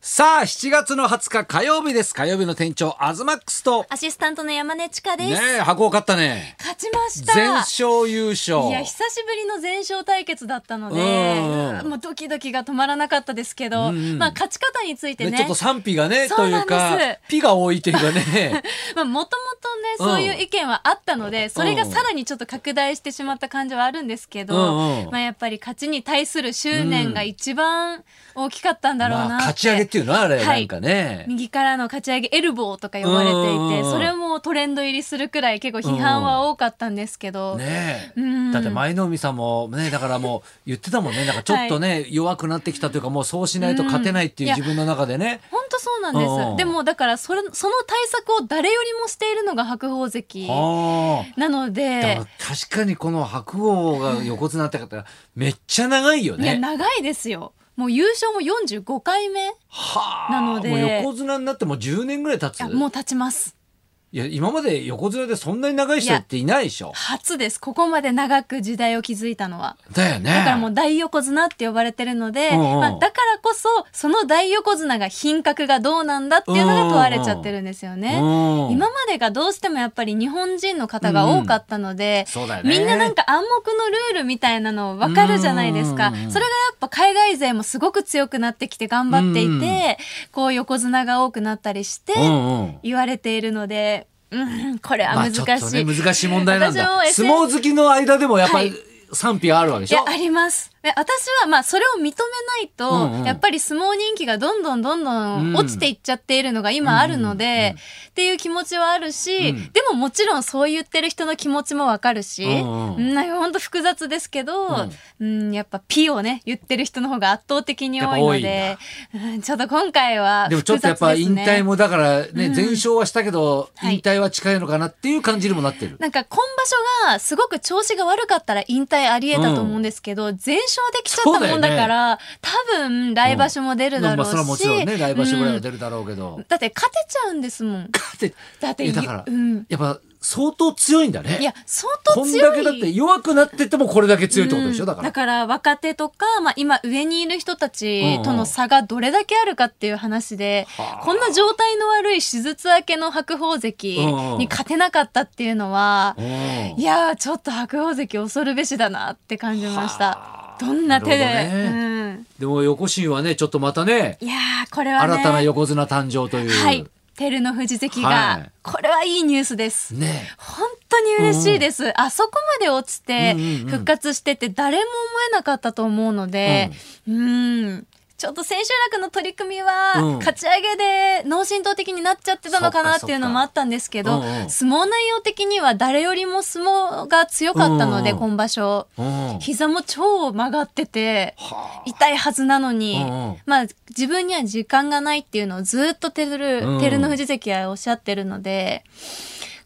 さあ、7月の20日火曜日です。火曜日の店長、アズマックスと。アシスタントの山根千佳でねす。え、箱を買ったね。勝ちました。全勝優勝。いや久しぶりの全勝対決だったのでうん、もうドキドキが止まらなかったですけど、まあ勝ち方についてねねちょっ、と賛否がね、そとういなうんかです、ピが多いというかね。まあもともとねそういう意見はあったので、それがさらにちょっと拡大してしまった感じはあるんですけど、うんうんまあやっぱり勝ちに対する執念が一番大きかったん だろうなって。まあ、勝ち上げっていうのはあれ、はないんかね。右からの勝ち上げエルボーとか呼ばれうんうんていてうんそれもトレンド入りするくらい結構批判は多かったんですけど、ねえうんだって前の海さんもねだからもう言ってたもんねなんかちょっとね、弱くなってきたというかもうそうしないと勝てないっていううん自分の中でね、本当そうなんでうんすでもだからそれその対策を誰よりもしているのが白鵬関はあなのだでから確かにこの白鵬が横綱って方めっちゃ長いよいやね。長いですよもう優勝も45回目いはあなのでもう横綱になってもう10年ぐらい経つやもう立ちますいや今まで横綱でそんなに長い人っていないでしょ。初ですここまで長く時代を築いたのはだよね。だからもう大横綱って呼ばれてるので、うんうんまあ、だからこそその大横綱が品格がどうなんだっていうのが問われちゃってるんですよね、うん今までがどうしてもやっぱり日本人の方が多かったので、そうだよねみんななんか暗黙のルールみたいなの分かるじゃないですか、うんうんうんそれがやっぱ海外勢もすごく強くなってきて頑張っていて、うんうんこう横綱が多くなったりしてうんうん言われているので、うん、これはまあ難しちいょっ。とね難しい問題なんだ 私相も。SNS 撲好きの間でもやっぱりは賛否あるわけでいしょや。ありますで私はまあそれを認めないと、うんうんやっぱり相撲人気がどんどんどんどうんん落ちていっちゃっているのが今あるので、っていう気持ちはあるし、うんでももちろんそう言ってる人の気持ちもわかるし、うんうんなんかほんと複雑ですけど、うんうんやっぱ「ピ」をね言ってる人の方が圧倒的に多いのやっでうんちょっと今回はでも複ちょっ雑です、ね、とやっぱ引退もだからね、うん全勝はしたけど、はい引退は近いのかなっていう感じにもなってる。なんか今場所がすごく調子が悪かったら引退ありえたと思うんですけど、全勝できちゃったもんだから多分来場所も出るだろまあうし、それはもちろんね、来場所ぐらいはうん出るだろうけど。だって勝てちゃうんですもんってだっていやだからうん、やっぱ相当強いんだね。いや相当こんだ強いけだって弱くなっててもこれだけ強いってことでしょ、うんだから。若手とか、まあ、今上にいる人たちとの差がどれだけあるかっていう話で、はあこんな状態の悪い手術明けの白鵬関に勝てなかったっていうのは、うんいやーちょっと白鵬関恐るべしだなって感じましはあたどんな手でなるほどでも横心はね、ちょっとまたね、うん、いやーこれはね新たな横綱誕生という。はい照ノ富士関が、はいこれはいいニュースですね。本当に嬉しいです、あそこまで落ちてうんうんうん復活してって誰も思えなかったと思うのでうんちょっと千秋楽の取り組みは、うん勝ち上げで脳震盪的になっちゃってたのかなっていうのもあったんですけそっど、かそっかうんうん相撲内容的には誰よりも相撲が強かったので、うんうん今場所うん。膝も超曲がってては痛いはずなのに、うんうんまあ自分には時間がないっていうのをずっと照る、うん照ノ富士関はおっしゃってるので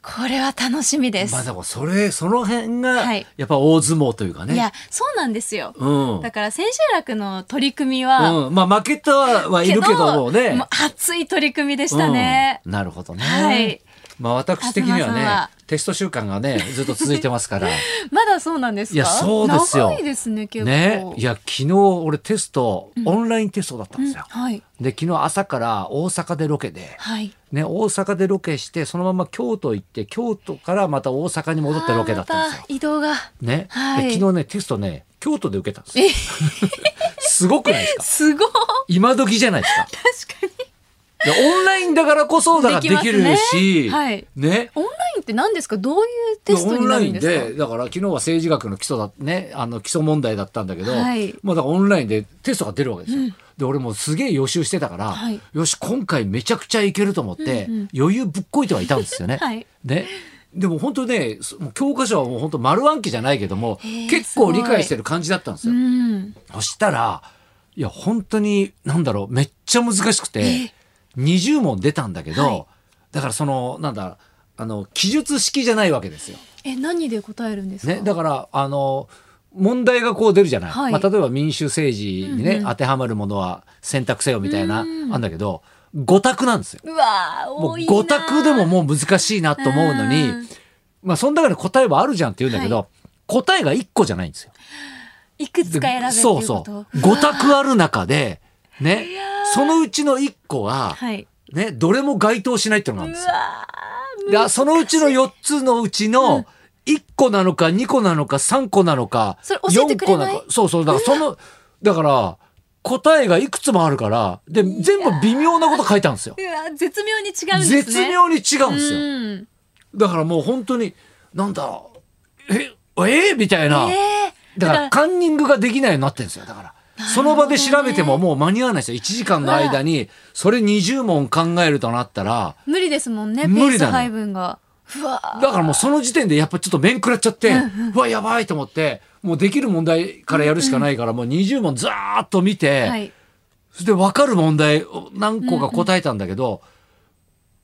これは楽しみです、まあでもそれ、その辺がはい、やっぱ大相撲というかね。いやそうなんですよ、うん。だから千秋楽の取り組みは、うん、まあ負けたはいるけどもね。もう熱い取り組みでしたね、うんなるほどね。はいまあ私的には東さねんはテスト週間がねずっと続いてます からまだそうなんですかいやそうですよ長いですね結構ねいや昨日俺テストオンラインテストだったんうでんすよ。はいで昨日朝から大阪でロケで、はいね、大阪でロケしてそのまま京都行って京都からまた大阪に戻ってロケだったんですあーまよ。移動がね、はいで昨日ねテストね京都で受けたんですよ。すごくないですかすごい今時じゃないですか。確かにいやオンラインだからこそだからでできますきねるし、はいねオンラインって何ですかどういうテストになるんですオンかラインでだから昨日は政治学の基礎だねあの基礎問題だったんだけど、はいまあだからオンラインでテストが出るわけですよ。で俺もうすげえ予習してたから、はいよし今回めちゃくちゃいけると思って、うんうん余裕ぶっこいてはいたんです よね。はいねでも本当ねそもう教科書はもう本当丸暗記じゃないけどもへえ結構すごい理解してる感じだったんですよ。うんそしたらいや本当になんだろうめっちゃ難しくて20問出たんだけど、はいだからそのなんだあの記述式じゃないわけですよ。え何で答えるんですか、ね、だからあの問題がこう出るじゃない、はいまあ、例えば民主政治にね、うんうん当てはまるものは選択せよみたいな、うんあんだけど5択なんですよ。うわーもう多いなー5択でももう難しいなと思うのに、うんまあ、その中で答えはあるじゃんって言うんだけど、は答えが1個じゃないんですよ。いくつか選べるっていうことそうそう5択ある中でねそのうちの1個は、はい。ね、どれも該当しないっていうのがあうわるんですよーだからそのうちの4つのうちうのん1個なのか2個なのか3個なのかそれ教えてくれな4い個のかそうそうだからそのだから答えがいくつもあるからで全部微妙なこと書いたんですようわ絶妙に違うんですね。絶妙に違うんですようんだからもう本当になんだええみたいな、ええだからカンニングができないようになってるんですよだから。その場で調べてももう間に合わないですよ。1時間の間に、それ20問考えるとなったら、無理ですもんね、ペ無ー理スだね配分が。うわーだからもうその時点でやっぱちょっと面食らっちゃって、うわ、やばいと思って、もうできる問題からやるしかないから、もう20問ずーっと見て、はい。それで分かる問題を何個か答えたんだけど、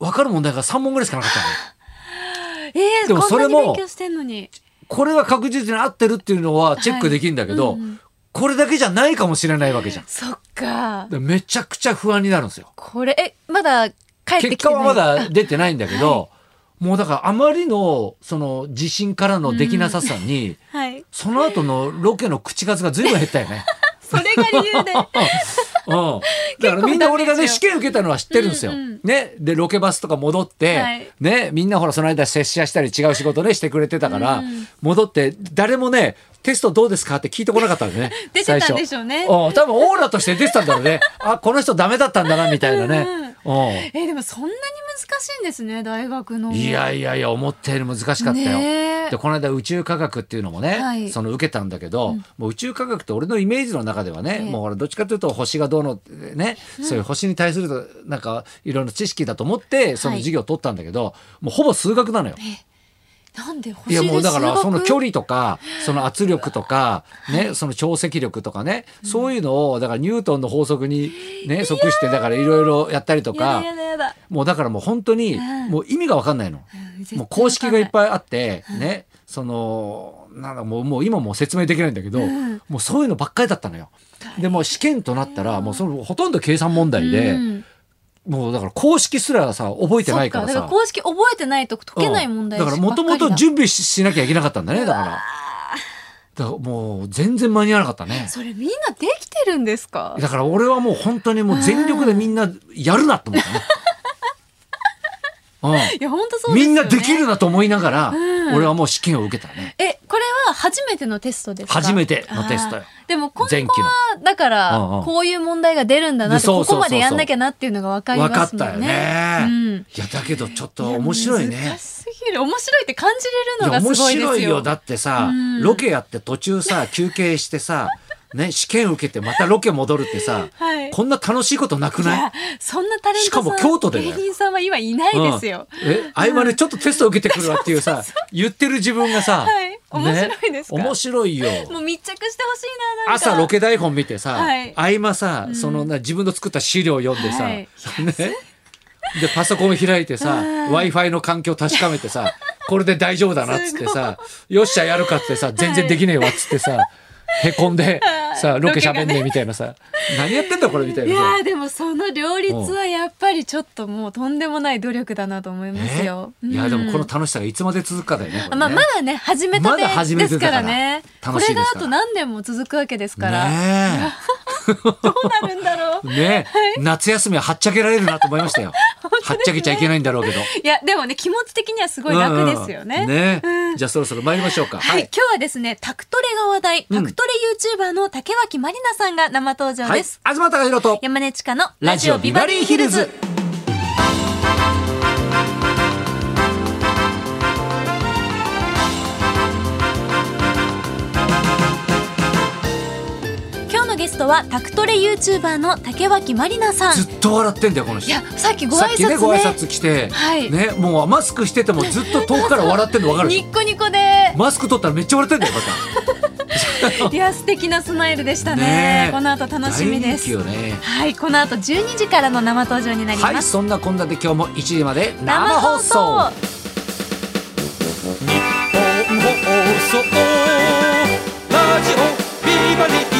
分かる問題が3問ぐらいしかなかったのよ。ええでもこそんれなもに勉強してんのに。これは確実に合ってるっていうのはチェックできるんだけど、はいうんうんこれだけじゃないかもしれないわけじゃん。そっか。でめちゃくちゃ不安になるんですよ。これ、え、まだ帰ってきてない結果はまだ出てないんだけど、もうだからあまりのその自信からのできなささに、はい。その後のロケの口数が随分減ったよ ね。それが理由で。うん、だからみんな俺がね試験受けたのは知ってるんですよ。うんうんね、でロケバスとか戻って、はいね、みんなほらその間接写したり違う仕事ねしてくれてたから、うん戻って誰もねテストどうですかって聞いてこなかったんでね 出てたんでしょうね最初うん多分オーラとして出てたんだろう ねあこの人ダメだったんだなみたいなね。うんえ、でもそんなに難しいんですね、大学の。いやよいやいや思ったより難しかったよ。ねえでこの間宇宙科学っていうのもね、はいその受けたんだけど、もう宇宙科学って俺のイメージの中ではね、ええもうほらどっちかというと星がどうのってね、そういう星に対するなんかいろんな知識だと思ってその授業を取ったんだけど、もうほぼ数学なのよ。なんで欲いしいやですもうだからその距離。離とかその圧力とかねその潮汐力とかねそういうのをだからニュートンの法則にね即してだからいろいろやったりとやかだやだやだ。もうだからもう本当にうんもう意味が分かんないの。もう公式がいっぱいあって、ね、その、なんだ、もう、もう今もう説明できないんだけど、うんもうそういうのばっかりだったのよ。でもう試験となったら、もうそのほとんど計算問題で、うんもうだから公式すらさ、覚えてないからそっさ。だから公式覚えてないと解けない問題うんだからもともとばっかり準備ししなきゃいけなかったんだね、だから。だからもう全然間に合わなかっただね。それみんなできてるんで すかだから俺はもう本当にもう全力でみんなやるなと思った ね。うんいや本当そうですみよ、ね、んなできるなと思いながら、うん俺はもう試験を受けたね。えこれは初めてのテストですか初めてのテストよあーでも今前後期の。はだからうんうんこういう問題が出るんだなってそうそうそうこそうこまでやんなきゃなっていうのが分かり分かまっすもんねたよね。うんいやだけどちょっと面白いいやね難し。すぎる面白いって感じれるのがいや面すごいですよ白いよだってさ、うんロケやって途中さ休憩してさ、ね試験受けてまたロケ戻るってさ、はいこんな楽しいことなくいないや？そんなタレントさんしかも京都でね芸人さんは今いないですよ、うんえ合間でちょっとテスト受けてくるわっていうさ、言ってる自分がさ、はい面白いですかね面白いよ。もう密着してほしいななんか朝ロケ台本見てさ、はい合間さ、そのな自分の作った資料読んでさ、はいね、でパソコン開いてさ w i f i の環境確かめてさこれで大丈夫だなっつってさよっしゃやるかっつってさ全然できねえわっつってさ、へこんでさロケ喋んねえみたいなさ、何やってんだこれみたいいなさやーでもその両立はやっぱりちょっともうとんでもない努力だなと思いますよ。ねいやでもこうのん楽しさがいつまで続くかだよねこれねまあ、まだね始めたてまだ始めでてすだかかららね楽しいですからこれがあと何年も続くわけですから、ねどうなるんだろうえねえ夏休みははっちゃけられるなと思いま したよ、はっちゃけちゃいけないんだろうけど。いやでもね気持ち的にはすごい楽ですよね。うんうんねうんじゃあそろそろ参りましょうか。はい、。今日はですね、タクトレが話題、うタんクトレ YouTuber の竹脇まりなさんが生登場はい。で東す。貴弘と山根千佳のララジジオオビビババリリーーヒヒルルズズ。今日のゲストはタクトレ YouTuber の竹脇まりなさん。ずっと笑ってんだよこの人。いや、さっきごさっ挨拶きね。ねご挨拶来て、はいねもうマスクしててもずっと遠くから笑ってんの分かるでし ニょ。ッコニコで。マスク取ったらめっちゃ笑ってんだよまいや、素敵なスマイルでしたた。ね。えこの後楽しみで大人気す。よね。はい、この後12時からの生登場になります。はいそんなこんなで今日も1時まで生生放放送。送日本放送ラジオビバリー